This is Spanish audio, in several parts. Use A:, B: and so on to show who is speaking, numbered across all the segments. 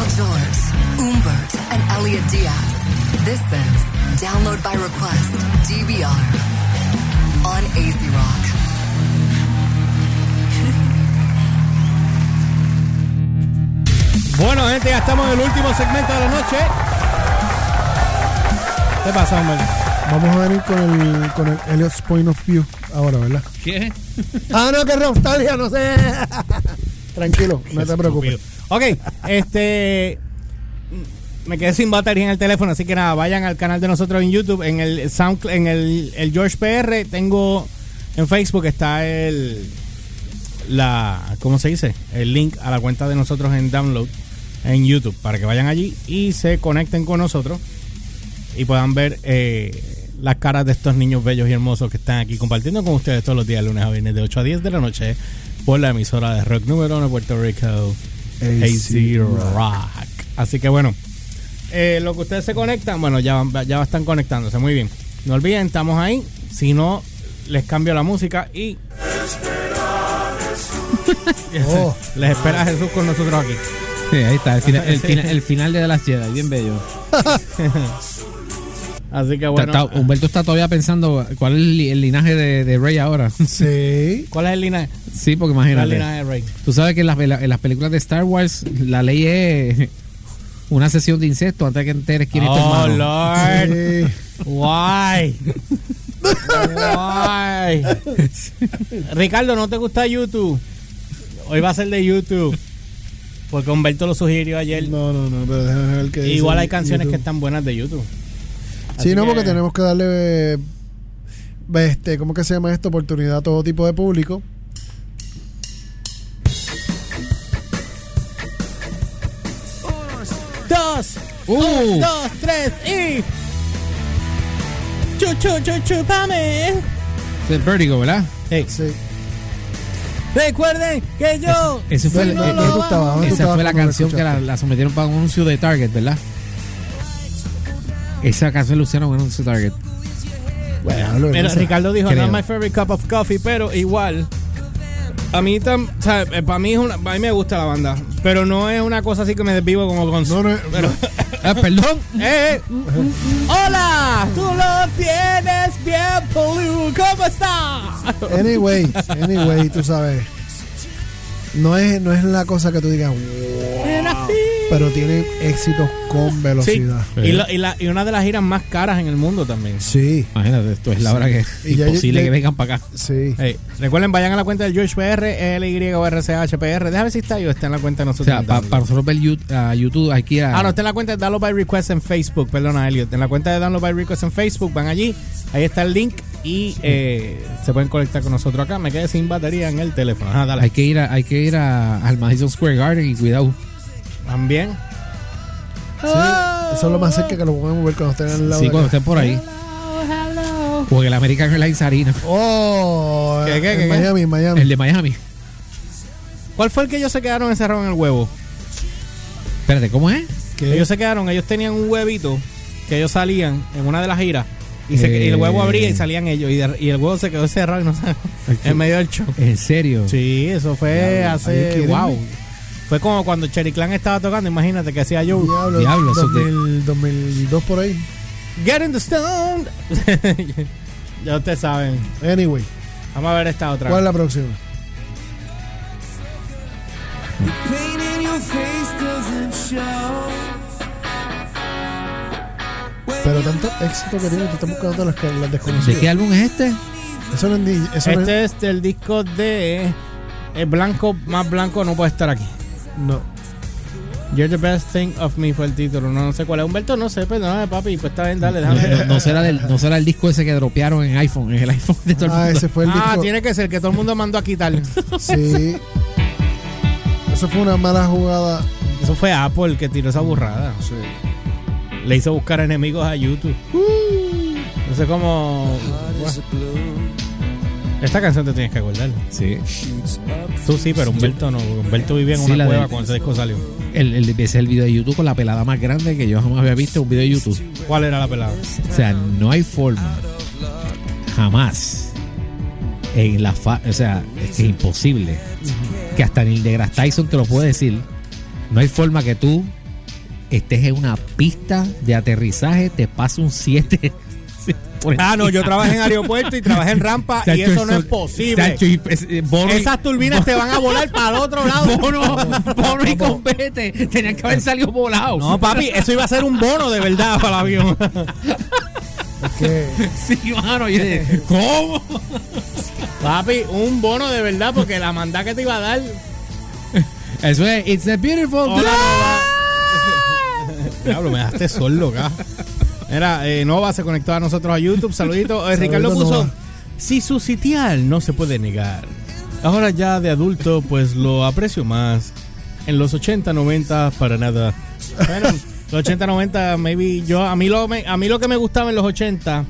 A: Doors, Umbert, and Elliot Diaz. This is Download by Request, DBR, on AZ Rock.
B: Bueno, gente, ya estamos en el último segmento de la noche. ¿Qué pasa, hombre?
C: Vamos a venir con el, con el Elliot's Point of View ahora, ¿verdad?
D: ¿Qué?
C: Ah, no, que Rostalia, no sé. Tranquilo, no te preocupes.
B: Ok, este. Me quedé sin batería en el teléfono, así que nada, vayan al canal de nosotros en YouTube, en el Sound, en el, el George PR. Tengo en Facebook está el la ¿cómo se dice? El link a la cuenta de nosotros en download en YouTube para que vayan allí y se conecten con nosotros y puedan ver eh, las caras de estos niños bellos y hermosos que están aquí compartiendo con ustedes todos los días, lunes a viernes de 8 a 10 de la noche por la emisora de Rock Número 1 de Puerto Rico, AC Rock. Así que bueno, eh, lo que ustedes se conectan, bueno, ya, van- ya están conectándose, muy bien. No olviden, estamos ahí, si no, les cambio la música y
C: Oh,
B: les espera Jesús con nosotros aquí.
D: Sí, ahí está,
B: Ah,
D: el, final, el, fina- el final de las Jedi, bien bello.
B: Así que
D: Ta-
B: bueno, ah.
D: ta- Humberto está todavía pensando cuál es el, li- el linaje de, de Rey ahora.
C: sí.
B: ¿cuál es el linaje?
D: Sí, porque
B: ¿Cuál es el
D: imagínate.
B: linaje de Rey?
D: Tú sabes que en las, en las películas de Star Wars la ley es una sesión de incesto antes de que enteres quién es tu
B: Oh,
D: hermano.
B: Lord.
C: sí.
B: Why? Why? Ricardo, ¿no te gusta YouTube? Hoy va a ser de YouTube. Porque Humberto lo sugirió ayer.
C: No, no, no, pero déjame ver qué dice
B: Igual hay canciones
C: YouTube.
B: que están buenas de YouTube.
C: Sí,
B: Así
C: no,
B: que-
C: porque tenemos que darle, eh, este, ¿cómo que se llama esto? Oportunidad a todo tipo de público.
B: Dos,
D: Uh,
B: dos, tres y. Chu, chu, chu, chupame.
D: ese es Vertigo, ¿verdad?
B: Hey,
C: Sí.
B: recuerden que yo.
D: Ese fue el-
B: no
D: eh,
B: lo
D: eh,
C: tú estabas?
B: hago.
C: ¿Dónde tú
D: Esa
C: estabas
D: fue la
C: cuando lo
D: canción que la,
C: escuchaste?
D: la sometieron para un anuncio de Target, ¿verdad? Esa canción la usaron en un anuncio de Target.
C: Bueno, lo
B: Pero
C: que sea.
B: Ricardo dijo,
D: Creo.
B: no my favorite cup of coffee, pero igual. A mí, tam, o sea, eh, para mí, es una, a mí me gusta la banda, pero no es una cosa así que me desvivo como con...
C: No, no, no.
D: Ah, perdón.
B: ¡Eh! eh. ¡Hola! ¡Tú lo tienes bien, Blue! ¿Cómo estás?
C: Anyway, anyway, tú sabes. No es, no es la cosa que tú digas, "Wow", pero tienen éxitos con
B: Sí.
C: velocidad.
B: Y, lo- y la- y una de las giras más caras en el mundo también.
C: Sí,
D: Imagínate, esto es la hora que
C: Y ya-
D: imposible
C: ya-
D: que vengan para acá.
C: sí.
B: Hey, recuerden, vayan a la cuenta del George PR, LYRCHPR. Déjame ver si está yo, está en la cuenta de
D: O
B: nosotros.
D: sea, para nosotros ver you- a YouTube hay que ir a-
B: Ah, no, está en la cuenta de Download by Request en Facebook, perdona, Elliot. En la cuenta de Download by Request en Facebook, van allí, ahí está el link y eh, se pueden conectar con nosotros acá. Me quedé sin batería en el teléfono. Ajá, dale.
D: hay que ir, a- hay que ir a- al Madison Square Garden y cuidado.
B: También.
C: Sí, Eso es lo más cerca que lo podemos ver cuando estén al lado.
D: Sí,
C: de
D: cuando
C: acá.
D: estén por ahí. Porque el American Airlines Arena,
C: Oh,
B: ¿Qué, qué,
C: en
B: qué, qué?
C: Miami, en Miami.
D: el de Miami.
B: ¿Cuál fue el que ellos se quedaron encerrados en el huevo?
D: Espérate, ¿cómo es?
C: ¿Qué?
B: Ellos se quedaron, ellos tenían un huevito que ellos salían en una de las giras y, se-
D: Eh.
B: y el huevo abría y salían ellos y, de- y el huevo se quedó cerrado y no sal- en medio del show.
D: En serio.
B: Sí, eso fue
C: ¿are you
B: hace.
C: kidding
B: ¡Wow!
C: me?
B: Fue como cuando Cherry Clan estaba tocando, imagínate que hacía yo.
C: Diablo,
D: Diablo, eso te-
C: 2000, 2002 por ahí.
B: Get in the stone. ya ustedes saben.
C: Anyway,
B: Vamos a ver esta otra.
C: ¿cuál es la próxima?
E: Pain in your face doesn't show.
C: Pero tanto éxito que tiene, te están buscando las, que- las
D: ¿De qué
C: desconocidas.
D: álbum es este?
C: Eso no es ni- eso no es-
B: Este es del disco de El blanco más blanco no puede estar aquí.
C: No.
B: You're the best thing of me fue el título. No, no sé cuál es. Humberto, no sé, perdóname, papi. Pues está bien, dale,
D: No,
B: déjame.
D: no será del, no será el disco ese que dropearon en iPhone, en el iPhone de todo el
C: Ah,
D: mundo.
C: ese fue el
B: ah,
C: disco.
B: tiene que ser que todo el mundo mandó a quitar.
C: Sí. Eso fue una mala jugada.
B: Eso fue Apple que tiró esa burrada.
C: Sí.
B: Le hizo buscar enemigos a YouTube. No sé cómo. Esta canción te tienes que acordar.
D: Sí.
B: Tú sí, pero Humberto no. Humberto vivía en
D: Sí,
B: una
D: la de-
B: cueva cuando ese disco salió.
D: El, el- ese es el video de YouTube con la pelada más grande que yo jamás había visto en un video de YouTube.
B: ¿Cuál era la pelada?
D: O sea, no hay forma. Jamás. En la fa- o sea, es que es imposible. Que hasta Neil deGrasse Tyson te lo puede decir. No hay forma que tú estés en una pista de aterrizaje, te pasa un 7.
B: Ah, no, yo trabajé en aeropuerto y trabajé en rampa y eso no es posible.
D: pues,
B: Esas turbinas te van a volar para el otro lado.
D: eh, Bono, bono y compete. Tenían que haber salido volados.
B: No, papi, eso iba a ser un bono de verdad para el avión.
C: Es que
D: Sí, mano. yo dije, ¿Cómo?
B: Papi, un bono de verdad porque la mandá que te iba a dar.
D: Eso es, it's a beautiful
B: Hola,
D: day.
B: Diablo, me dejaste solo acá. Mira, eh, Nova se conectó a nosotros a YouTube. Saludito. Eh, Ricardo
C: Saludos,
B: puso:
C: Nova.
B: Si su sitial no se puede negar. Ahora ya de adulto, pues lo aprecio más. En los 80, 90, para nada. Bueno, los 80, 90, maybe yo. A mí lo, me- a mí lo que me gustaba en los 80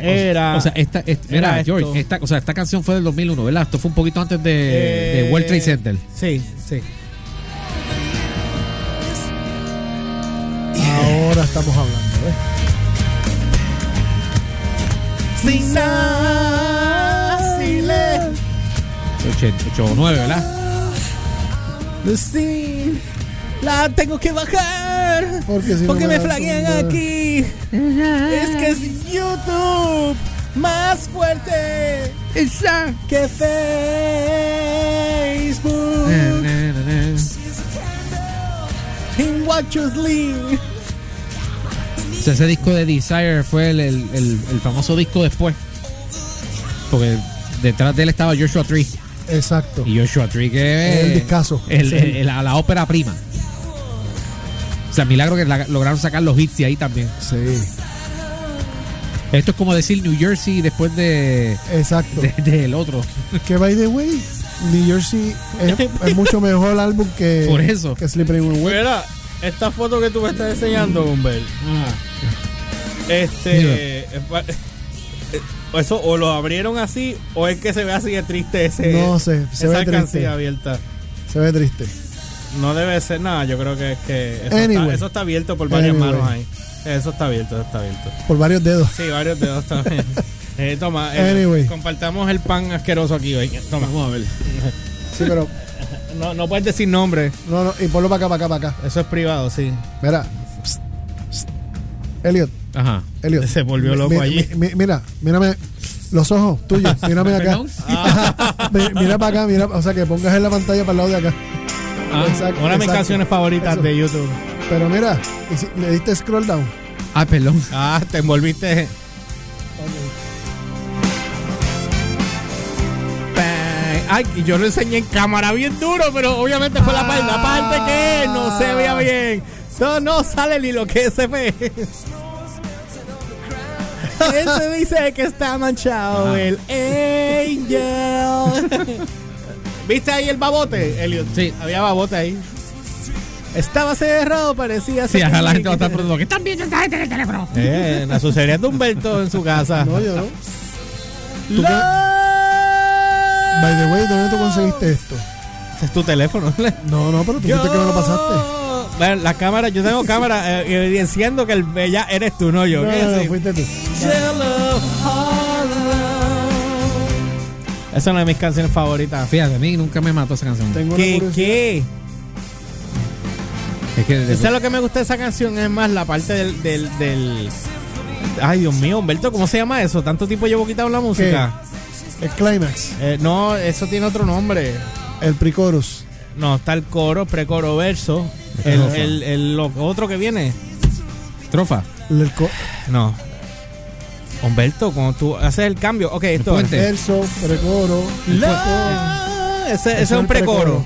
B: era.
D: O sea, esta, esta-
B: Era
D: mira,
B: esto.
D: George, esta, o sea, esta canción fue del 2001, ¿verdad? Esto fue un poquito antes eh, de,
B: Eh.
D: de World Trade Center.
B: Sí, sí.
C: ahora estamos hablando, ¿eh?
B: Sin
D: 89, ¿verdad?
B: Pues la tengo que bajar.
C: Porque si no
B: Porque me
C: me dan
B: flaguean
C: tumba.
B: aquí. Es que es YouTube más fuerte que
C: Eh.
B: Facebook. In what you sleep.
D: O sea, ese disco de Desire fue el, el- el- el famoso disco después. Porque detrás de él estaba Joshua Tree.
C: Exacto.
D: Y Joshua Tree que
C: Es el discazo.
D: el-
C: Sí.
D: el- la, la ópera prima. O sea, milagro que la- lograron sacar los hits de ahí también.
C: Sí,
D: Esto es como decir New Jersey después de,
C: exacto.
D: de- del otro.
C: Que by the way, New Jersey es, es mucho mejor el álbum que,
D: Por eso.
C: que Slippery When Wet.
B: Mira, esta foto que tú me estás enseñando, Gumbel.
C: Ah.
D: Mira.
B: Este. eh, pa- eh, Eso, o lo abrieron así, o es que se ve así de triste ese.
C: No sé,
B: esa
C: se ve triste.
B: alcancía abierta.
C: Se ve triste.
B: No debe ser nada, yo creo que es que. Eso, está,
C: Anyway.
B: eso está abierto por varias
C: Anyway.
B: manos ahí. Eso está abierto, eso está abierto.
C: Por varios dedos.
B: Sí, varios dedos también. Eh, toma, eh,
C: Anyway.
B: compartamos el pan asqueroso aquí hoy. Toma. Vamos a ver.
C: Sí, pero.
B: No, no puedes decir nombre,
C: No, no, y ponlo para acá, para acá, para acá.
B: eso es privado, sí.
C: Mira. Psst, psst. Elliot,
D: Ajá.
C: Elliot.
B: Se volvió loco allí.
C: mi- mi- mira, mírame. Los ojos tuyos, mírame acá.
D: ¿Perdón?
C: Mi- mira para acá, mira, o sea que pongas en la pantalla para el lado de acá. Exacto,
B: Ah, Una de mis
C: exacto.
B: canciones favoritas
C: Eso.
B: de YouTube.
C: Pero mira, y si- le diste scroll down.
D: Ah, perdón.
B: Ah, te envolviste. Bang. Ay, y yo lo enseñé en cámara bien duro, pero obviamente fue la parte, la parte que no se
D: Ah.
B: veía bien. No, no sale ni lo que se ve. Él se dice que está manchado el angel. ¿Viste ahí el babote, Elliot?
D: Sí.
B: Había babote ahí. Estaba cerrado, parecía.
D: Sí, ajá, la gente va a estar
B: pronto.
D: preguntando, ¿qué están viendo esta gente en el teléfono?
B: Eh, en la sucería de Humberto en su casa.
C: No, yo no.
B: ¿Tú qué?
C: By the way, ¿dónde tú conseguiste esto?
B: Ese es tu teléfono.
C: No, no, pero tú dijiste que no lo pasaste.
B: Bueno, la cámara, yo tengo cámara eh, evidenciando que el bella eres tú, no yo.
C: No,
B: ¿Qué
C: no, no,
B: así?
C: fuiste tú.
B: Esa es una de mis canciones favoritas.
D: Fíjate, a mí nunca me mató esa canción.
C: Tengo una
B: ¿Qué?
C: curiosidad.
B: ¿Qué?
D: Es que
B: ¿Sabes lo que me gusta de esa canción? Es más la parte del, del, del- Ay, Dios mío, Humberto, ¿cómo se llama eso? Tanto tiempo llevo quitado la música.
C: El climax,
B: Eh, no, eso tiene otro nombre.
C: el pre-chorus.
B: No, está el coro, precoro, verso. El,
D: Estrofa.
B: el- el- lo otro que viene.
D: trofa.
C: El co-
B: No. Humberto, cuando tú haces el cambio. Ok, esto
D: puente.
C: verso, precoro. el coro.
B: La- Ese, ese es un
C: el
B: precoro.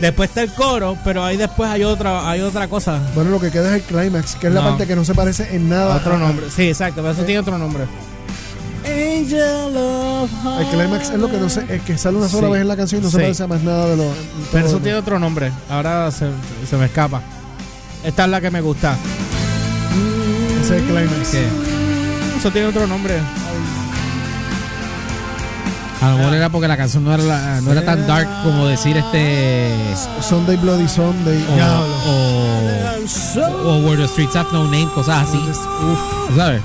B: Después está el coro, pero ahí después hay otra, hay otra cosa.
C: Bueno, lo que queda es el climax, que es
B: No.
C: la parte que no se parece en nada.
B: Otro
C: a-
B: nombre. Sí, exacto, pero eso tiene otro nombre. Angel of
C: El climax es lo que no se, es que sale una sola
B: Sí.
C: vez en la canción y no
B: Sí.
C: se parece a más nada de lo. todo
B: Pero eso
C: lo-
B: tiene otro nombre. Ahora se, se me escapa. Esta es la que me gusta.
C: Ese es el climax.
D: ¿Qué?
B: Eso tiene otro nombre.
D: A lo mejor era porque la canción no era, la- no era tan dark como decir este.
C: Sunday Bloody Sunday.
B: Oh.
D: O,
C: Ya,
D: o, o Where the Streets Have No Name, cosas así. Uf, ¿Sabes?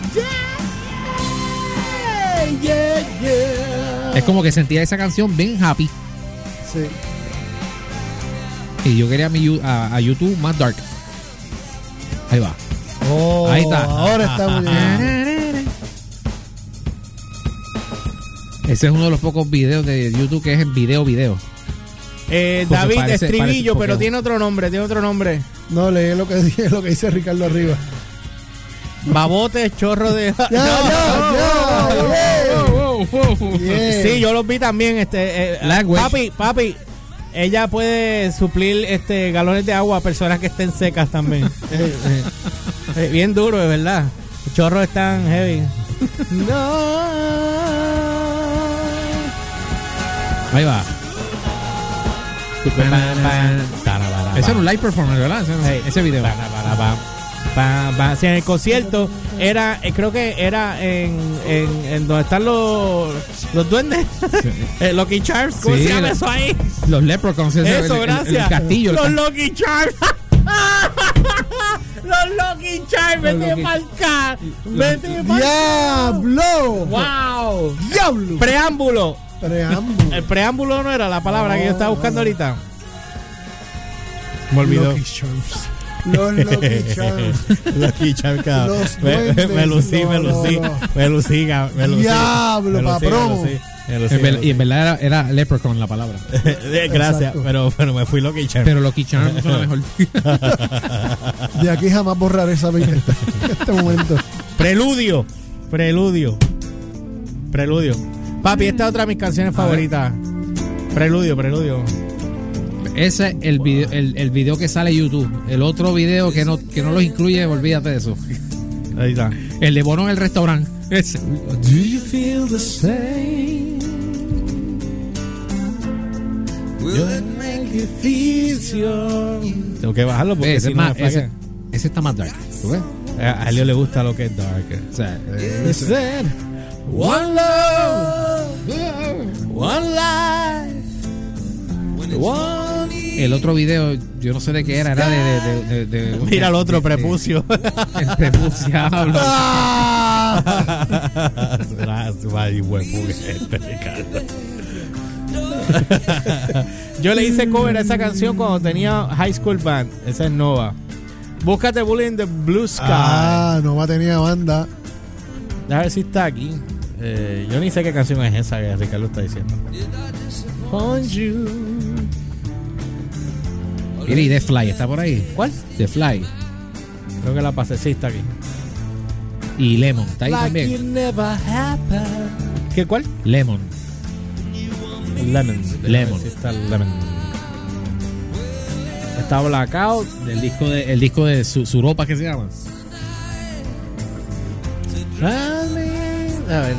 D: Es como que sentía esa canción bien happy.
C: sí.
D: Y yo quería mi, Yu- a, a YouTube más dark. Ahí va.
C: Oh,
D: Ahí está.
C: Ahora está muy bien.
D: Ese es uno de los pocos videos de YouTube que es en video, video.
B: Eh,
D: Porque
B: David
D: parece-
B: Estribillo,
D: parece
B: pero
D: Pokémon.
B: tiene otro nombre, tiene otro nombre.
C: No, leí lo que, dije- lo que dice Ricardo arriba.
B: Babote, chorro de.
C: Ya, ya, ya, yeah. Yeah.
B: Sí, yo los vi también. Este, eh,
D: Language.
B: papi, papi, ella puede suplir este galones de agua a personas que estén secas también.
C: Eh, eh.
B: Eh, Bien duro, de verdad. Los chorros están heavy. No.
D: Ahí va. Ese era un live performance, ¿verdad? Ese,
B: Hey.
D: ese video.
B: Pa, pa, sí, en el concierto era, eh, creo que era en, en, en donde están los, los duendes,
D: Sí.
B: Eh, Lucky Charms, ¿cómo
D: Sí,
B: se llama
D: la-
B: eso ahí?
D: Los leprechauns. ese, el-
B: Eso,
D: el-
B: gracias.
D: El, castillo. el
B: Los
D: ca-
B: Lucky Charms. Los Lucky Charms, vete
D: Lucky-
B: para acá. Vete para
C: ¡Diablo!
B: ¡Wow!
C: ¡Diablo!
B: Preámbulo.
C: Preámbulo.
B: El preámbulo no era la palabra que yo estaba buscando ahorita. Me
C: Lucky Charms. Los Lucky Charms.
B: Lucky Charms, cabrón.
C: Los
B: Me, me- me lucí,
C: duendes,
B: me
C: no,
B: lucí.
C: no, no.
B: Me lucí, ga- me lucí.
C: Diablo,
B: Me lucí,
C: papromo.
B: me lucí, me lucí,
D: En
B: me
D: ver- y
B: lucí.
D: en verdad era, era leprechaun la palabra.
B: Eh, Gracias,
C: Exacto.
B: pero, pero me fui Lucky Charms.
D: Pero Lucky Charms suena mejor.
C: De aquí jamás borraré esa este, este momento.
B: Preludio. Preludio. Preludio. Papi, esta es otra de mis canciones favoritas. Preludio, preludio.
D: Ese es el video, el, el video que sale en YouTube. El otro video que no, que no los incluye, olvídate de eso.
B: Ahí está.
D: El de Bono en el restaurante. Ese.
E: Do you feel the same? Will it make you feel so?
B: Tengo que bajarlo porque
D: Ese,
B: si
D: es
B: no me
D: más- ese,
B: flaquea.
D: ese está más dark. ¿tú ves?
B: Eh, A Leo le gusta lo que es dark.
D: O sea, eh,
E: Is that one love, one life, one
D: el otro video, yo no sé de qué era, era de. de- de- de- de-
B: Mira el otro
D: de- de-
B: prepucio.
D: El prepucio, diablo.
B: Será- vaya, huepugue, este, Ricardo. Yo le hice cover a esa canción cuando tenía High School Band. Esa es Nova. Búscate Bully in the Blue Sky.
C: Ah, no va a tener banda.
B: A ver si está aquí. Eh, yo ni sé qué canción es esa que Ricardo está diciendo.
D: Mira, y The Fly, ¿está por ahí?
B: ¿Cuál?
D: The Fly.
B: Creo que la pasecista aquí.
D: Y Lemon, ¿está ahí
E: like
D: también?
E: it never happened.
B: ¿Qué cuál?
D: Lemon.
B: Lemon.
D: Lemon.
B: Sí está Lemon. Está Blackout.
D: Del disco de, el disco de su, Suropa, ¿qué se llama?
B: A ver.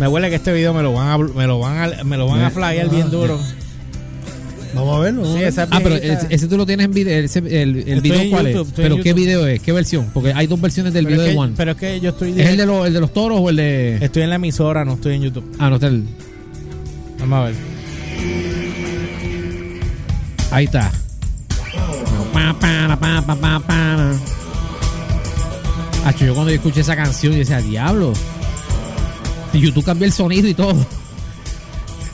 B: Me huele que este video me lo van a me lo van a me lo van a flyer bien duro.
C: Vamos a verlo. vamos a
B: Sí,
C: verlo.
B: esa
D: Ah, pero
B: viejita.
D: ese, ese tú lo tienes en video. ese- el el
B: Estoy en
D: video, ¿cuál
B: YouTube,
D: es?
B: estoy en
D: Pero, ¿qué
B: YouTube.
D: video es? ¿Qué versión? Porque hay dos versiones del
B: pero,
D: video
B: es
D: de
B: que,
D: One.
B: pero es que yo estoy
D: ¿Es el de, los- el de los toros o el de.?
B: estoy en la emisora, no estoy en YouTube.
D: Ah, no, está el-
B: Vamos a ver.
D: Ahí está. Pa, para, pa, pa, pa, para. Acho, yo cuando yo escuché esa canción, yo decía, diablo. Y YouTube cambió el sonido y todo.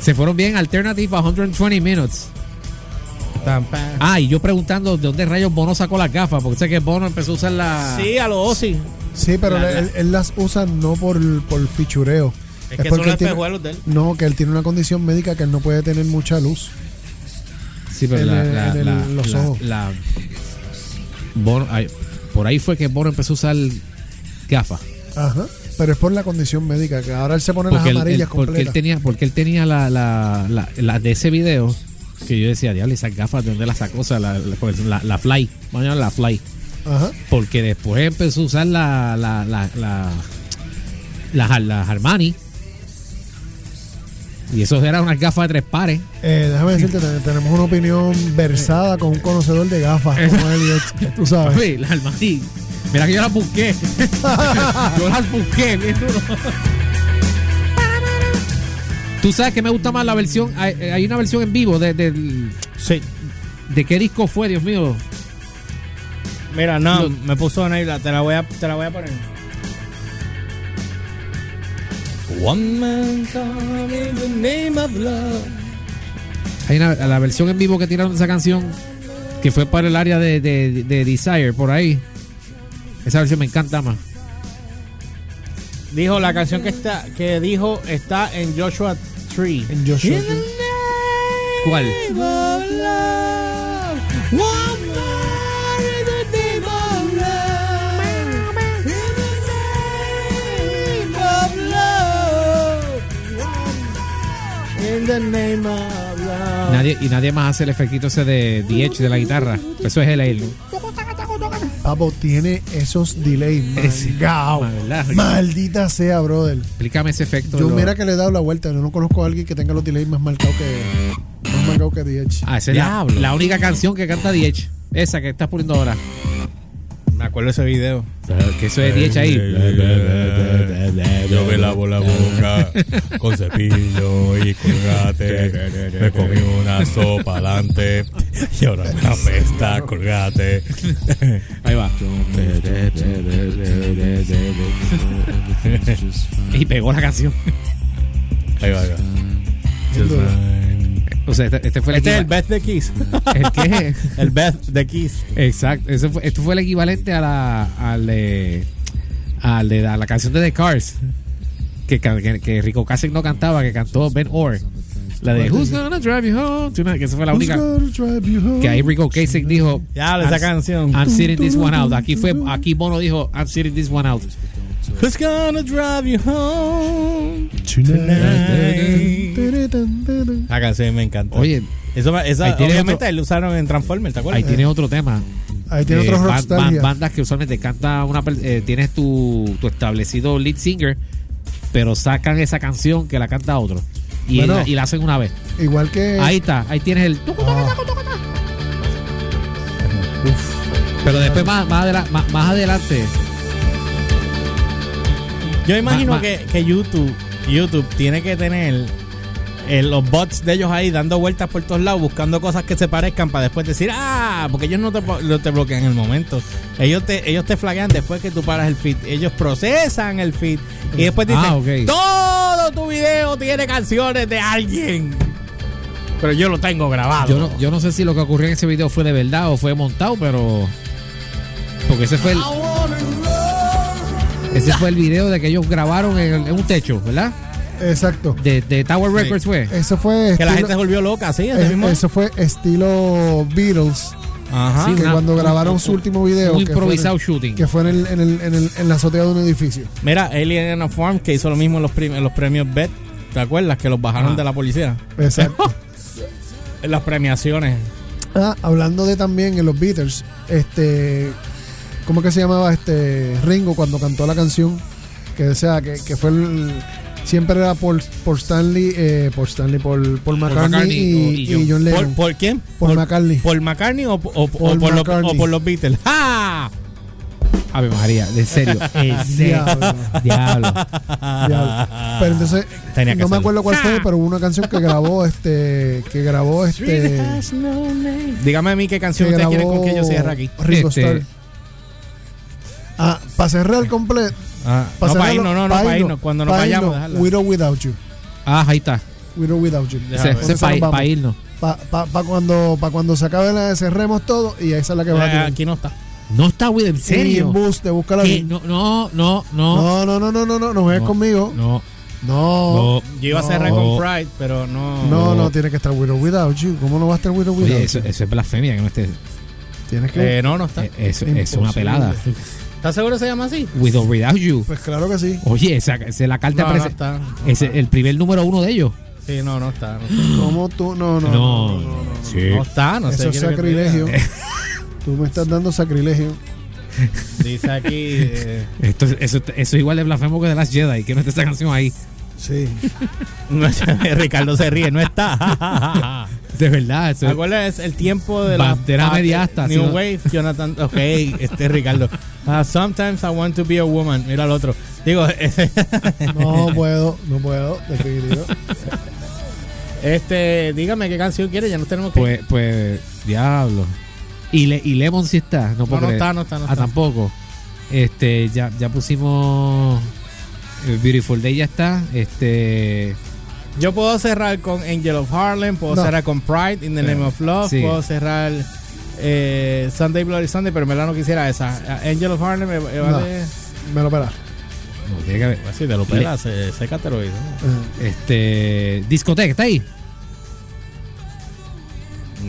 D: Se fueron bien alternative a 120 minutes.
B: Tan, pan.
D: Ah, y yo preguntando de dónde rayos Bono sacó las gafas, porque sé que Bono empezó a usar la.
B: Sí, a los Ozzy.
C: Sí, pero
D: La- la-
C: Él, él las usa no por, por fichureo.
B: Es que son los
C: él tiene-
B: espejuelos de él.
C: No, que él tiene una condición médica que él no puede tener mucha luz.
D: Sí, pero
C: En
D: la,
C: el-
D: la-
C: en el-
D: la-
C: los
D: la-
C: ojos.
D: la- Bono- ay, por ahí fue que Bono empezó a usar gafas.
C: Ajá. Pero es por la condición médica, que ahora él se pone las
D: Porque él,
C: amarillas
D: él- porque él
C: completas.
D: tenía, porque él tenía la, la, la- la de ese video que yo decía, diablo, esas gafas, ¿de dónde las sacó? O sea, la, pues, la, la fly, vamos a llamarla la fly.
C: Ajá.
D: Porque después empezó a usar la, la, la, la- las, las Armani. Y eso eran unas gafas de tres pares.
C: Eh, déjame decirte, te- tenemos una opinión versada con un conocedor de gafas, como él, tú sabes.
D: Papi, las Armani. Mira que yo las busqué. yo las busqué, bien duro. Tú sabes que me gusta más la versión. Hay, hay una versión en vivo de- del.
B: Sí.
D: ¿De qué disco fue, Dios mío?
B: Mira, no,
D: Lo-
B: me puso una isla, te la voy a te la voy a poner.
E: One man called in the name of love.
D: Hay una, la versión en vivo que tiraron de esa canción que fue para el área de, de- de Desire, por ahí. Esa versión me encanta más.
B: Dijo la canción que está que dijo está en Joshua Tree.
C: En Joshua.
D: ¿Cuál? Nadie, y nadie más hace el efectito ese de DH de la guitarra. Eso es el aire.
C: Papo tiene esos delays.
D: Ese.
C: mangao.
D: Ma, ¿verdad?
C: Maldita sea, brother.
D: Explícame ese efecto.
C: Yo
D: lo-
C: mira que le he dado la vuelta. Yo no conozco a alguien que tenga los delays más marcados que. Más marcados que DH.
D: Ah, esa es la,
B: Diablo.
D: la única canción que canta DH. Esa que estás poniendo ahora.
B: Me acuerdo ese video.
D: Que eso es DH
B: eh,
D: ahí.
E: Yo me lavo la boca con cepillo y colgate. Me comí una sopa adelante y ahora me apesta colgate.
B: eh.
D: Ahí va. Y pegó la canción.
E: Ahí va, ahí va. Just mine.
D: O sea, este, este fue el
B: Este es el
D: equiva-
B: Best de Kiss.
D: ¿El qué?
B: el Best de Kiss.
D: Exacto, eso fue, esto fue el equivalente a la, al, de- al de- a la canción de The Cars que, can- que, que Rico Cassick no cantaba, que cantó Ben Orr. La de Who's Gonna Drive You Home Tonight, que esa fue la única que ahí Rico Cassick dijo
B: Ya, esa
D: I'm-
B: canción.
D: I'm sitting this one out. Aquí fue aquí Bono dijo I'm sitting this one out.
B: Who's gonna drive you home? La canción me encanta.
D: Oye,
B: Eso, me- esa,
D: Ahí tiene
B: obviamente
D: otro-
B: lo usaron en Transformers, ¿te acuerdas?
D: ahí tiene otro tema.
C: Ahí tiene
D: Eh,
C: otro
D: ban- ban-
C: rockstar. ya.
D: bandas que usualmente canta una per- eh, tienes tu, tu establecido lead singer pero sacan esa canción que la canta otro y,
C: Bueno.
D: la, y la hacen una vez
C: Igual que.
D: ahí está ahí tienes el tucu, tucu,
C: Ah.
D: tucu, tucu, tucu. pero después más, más, adela- más, más adelante
B: Yo imagino
D: Ma- ma-
B: que, que YouTube, YouTube tiene que tener eh, los bots de ellos ahí dando vueltas por todos lados, buscando cosas que se parezcan para después decir, ah, porque ellos no te, po- no te bloquean en el momento. Ellos te, ellos te flaguean después que tú paras el feed. Ellos procesan el feed y después dicen,
D: Ah, ok.
B: todo tu video tiene canciones de alguien. Pero yo lo tengo grabado.
D: yo no, yo no sé si lo que ocurrió en ese video fue de verdad o fue montado pero porque ese fue el ese fue el video de que ellos grabaron en, en un techo ¿verdad?
C: Exacto.
D: de, de Tower Records fue
C: Eso fue.
B: que la
C: estilo-
B: gente se volvió loca, ¿sí? Ese
D: Eh,
C: es-
B: mismo-
C: eso fue estilo Beatles.
B: Ajá.
D: Sí,
C: que
D: Ah, una-
C: cuando
D: un-
C: grabaron
D: un-
C: su último video. que fue
D: un
C: en el-
D: improvisado shooting.
C: Que fue en, el, en, el, en, el- en la azotea de un edificio.
B: Mira, Alien and a Farm que hizo lo mismo en los, prim- en los premios BET. ¿Te acuerdas? Que los bajaron
D: Ah.
B: de la policía.
C: Exacto.
B: En las premiaciones.
C: Ah, hablando de también en los Beatles, este. ¿Cómo que se llamaba este Ringo cuando cantó la canción? Que o sea, que, que fue el. Siempre era por, por Stanley, eh, por Stanley, por, por McCartney,
D: McCartney
C: y,
D: y
C: y
D: John.
B: ¿Por,
C: John, Lennon. Por,
B: por quién?
C: McCartney.
B: ¿Por McCartney o, o- o- o
C: Paul
B: por, Los,
C: McCartney.
B: o por los Beatles? ¡Ah!
D: Ave María, en serio. En serio.
C: Diablo.
D: Diablo.
C: Ya. Pero entonces,
B: Tenía que
C: no
B: hacerlo.
C: me acuerdo cuál fue, pero hubo una canción que grabó este. Que grabó este.
B: Dígame a mí qué
C: Que
B: canción ustedes
C: grabó
B: quieren con que yo cierre aquí.
C: Ringo
D: Este-
C: Starr. Ah, para cerrar completo.
B: Ah, no, para irnos, no, no, para irnos. Cuando nos vayamos, dejarla.
C: We don't without you.
D: Ah, ahí está.
C: We don't without you.
D: Ese
C: Con
D: ese
C: esa
D: pa-
C: nos
D: pa'
C: vamos.
D: irnos.
C: Pa, pa- pa cuando, pa cuando se acabe la cerremos todo y esa es la que va
B: Eh,
C: a tirar.
B: aquí no está.
D: No está Will, en
C: Y
D: serio.
C: en Buste, búscala
D: ¿Qué?
C: bien.
D: No, no, no,
C: No,
D: no.
C: no, no, no, no, no, no juegues
D: No.
C: conmigo.
D: No. Oh,
C: No.
B: Yo iba a cerrar
C: No.
B: con Pride, pero no.
C: No, no, tiene que estar Widow Without You. ¿Cómo no va a estar Widow Without
D: Oye,
C: You?
D: eso, eso es blasfemia que no esté.
C: Tienes que.
B: Eh, no, no está.
D: eh, Eso es una
C: Imposible.
D: pelada.
B: ¿Estás seguro que se llama así?
D: With or without you.
C: Pues claro que sí.
D: Oye, esa, esa es la carta
B: No,
D: de
B: no
D: presen-
B: está.
D: ese es el primer número uno de ellos.
B: Sí, no, no está. No,
C: ¿Cómo tú? No, no.
D: No. Sí.
B: No está, no sé.
C: Eso es
B: quiero que te diga.
C: sacrilegio. Tú me estás dando sacrilegio.
B: Dice aquí. eh,
D: Esto, es- eso, eso es igual de blasfemo que de Last Jedi. Que no esté esa canción ahí.
C: Sí.
B: no sé, Ricardo se ríe, no está.
D: De verdad. Eso
B: ¿Te
D: es-
B: acuerdas el tiempo de la
D: Bandera
B: ah,
D: media asta,
B: New
D: sí, ¿no?
B: Wave, Jonathan. Ok, este Ricardo. Ah, sometimes I want to be a woman. Mira el otro. Digo, este,
C: No puedo, no puedo, definitivo.
B: este, dígame qué canción quiere, ya no tenemos que.
D: Pues, pues, diablo. Y, le, y Lemon sí está, no
B: no,
D: puedo
B: no
D: creer.
B: está, no está, no
D: Ah,
B: está.
D: tampoco. Este, ya, ya pusimos eh, Beautiful Day, ya está. Este,
B: Yo puedo cerrar con Angel of Harlem, puedo
C: No.
B: cerrar con Pride in the
D: Eh,
B: Name of Love,
D: sí.
B: puedo cerrar eh, Sunday Bloody Sunday, pero en verdad no quisiera esa. Angel of Harlem me, me vale.
C: Me lo pela.
D: No, tiene que haber.
E: Si te lo pelas, eh, sécatelo y.
D: Este. Discoteca, ¿está ahí?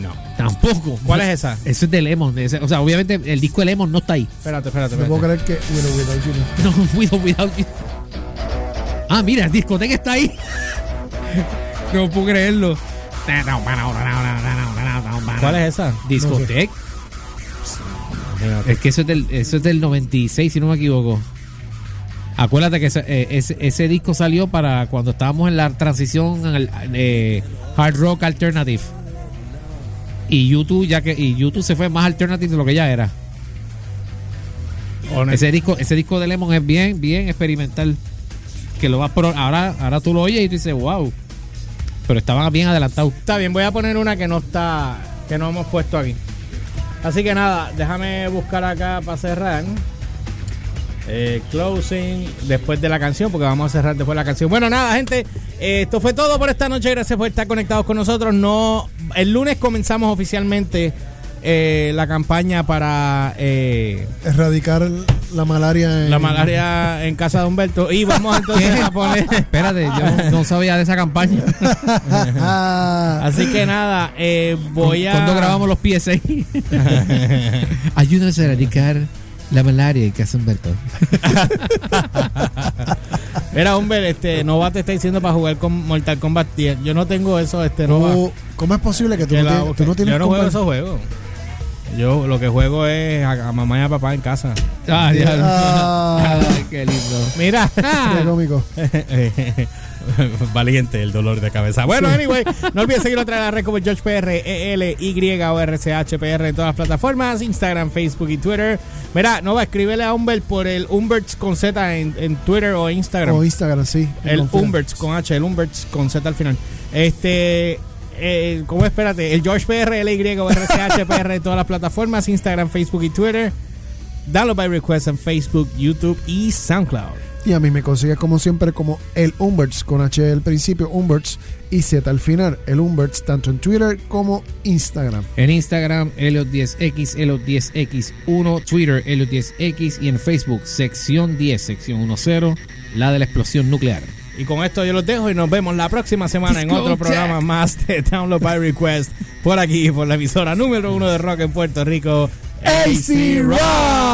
E: No.
D: Tampoco.
B: ¿Cuál es esa?
D: Eso es de Lemon. de ese- o sea, obviamente el disco de Lemon no está ahí.
B: Espérate, espérate,
C: No puedo
B: espérate.
C: creer que. Willow Without You no.
D: No, Without, Without You. Ah, mira, el discoteca está ahí. No puedo creerlo.
B: ¿Cuál es esa?
D: Discoteca. Es que eso es, del, eso es del 96, si no me equivoco. Acuérdate que ese, eh, ese- ese disco salió para cuando estábamos en la transición al eh, hard rock alternative. Y YouTube ya que y YouTube se fue más alternative de lo que ya era. Ese disco, ese disco de Lemon es bien, bien experimental. Que lo vas pro- ahora, ahora tú lo oyes y tú dices, wow. Pero estaban bien adelantados.
B: Está bien, voy a poner una que no está, que no hemos puesto aquí. Así que nada, déjame buscar acá para cerrar. Eh, closing después de la canción, porque vamos a cerrar después de la canción. Bueno, nada, gente, eh, esto fue todo por esta noche. Gracias por estar conectados con nosotros. No, el lunes comenzamos oficialmente eh, la campaña para eh,
C: Erradicar la malaria. En,
B: la malaria en casa de Humberto y vamos entonces a poner.
D: Espérate, yo no sabía de esa campaña.
C: Ah,
B: Así que nada, eh, voy a.
D: Cuando grabamos los pies ahí. Ayúdanos a erradicar la malaria y que hace Humberto.
B: Mira, hombre, este Nova te está diciendo para jugar con Mortal Kombat 10. Yo no tengo eso, este Nova.
C: tú- ¿Cómo es posible que Uh, tú,
B: Que la-
C: no, tienes- tú no
B: que-
C: tienes
B: yo no juego
C: compa-
B: esos juegos. Yo lo que juego es a, a mamá y a papá en casa.
D: Ah, diablo.
C: Ah.
D: Ay, qué lindo.
B: Mira.
C: Qué cómico.
E: Valiente el dolor de cabeza.
B: Bueno,
E: Bueno,
B: anyway, no olvides seguirlo atrás de la red como George PR, E-L-Y-O-R-C-H-P-R en todas las plataformas, Instagram, Facebook y Twitter. Mira, Nova, escríbele a Humbert por el Humberts con Z en, en Twitter o Instagram.
C: O Instagram, sí.
B: El
C: Confía.
B: Umberts con H, el Umberts con Z al final. Este. eh, ¿Cómo espérate? El George PR, LYRCHPR en todas las plataformas: Instagram, Facebook y Twitter. Download by request en Facebook, YouTube y SoundCloud.
C: Y a mí me consigues como siempre como el Umberts con H al principio, Umberts y Z al final. El Umberts tanto en Twitter como Instagram.
D: En Instagram, Eliot10X, Eliot10X1, Twitter, Eliot10X y en Facebook, sección 10, sección 10, la de la explosión nuclear.
B: Y con esto yo los dejo y nos vemos la próxima semana en otro
D: Disco Jack.
B: programa más de Download by Request por aquí, por la emisora número uno de rock en Puerto Rico, AC Rock.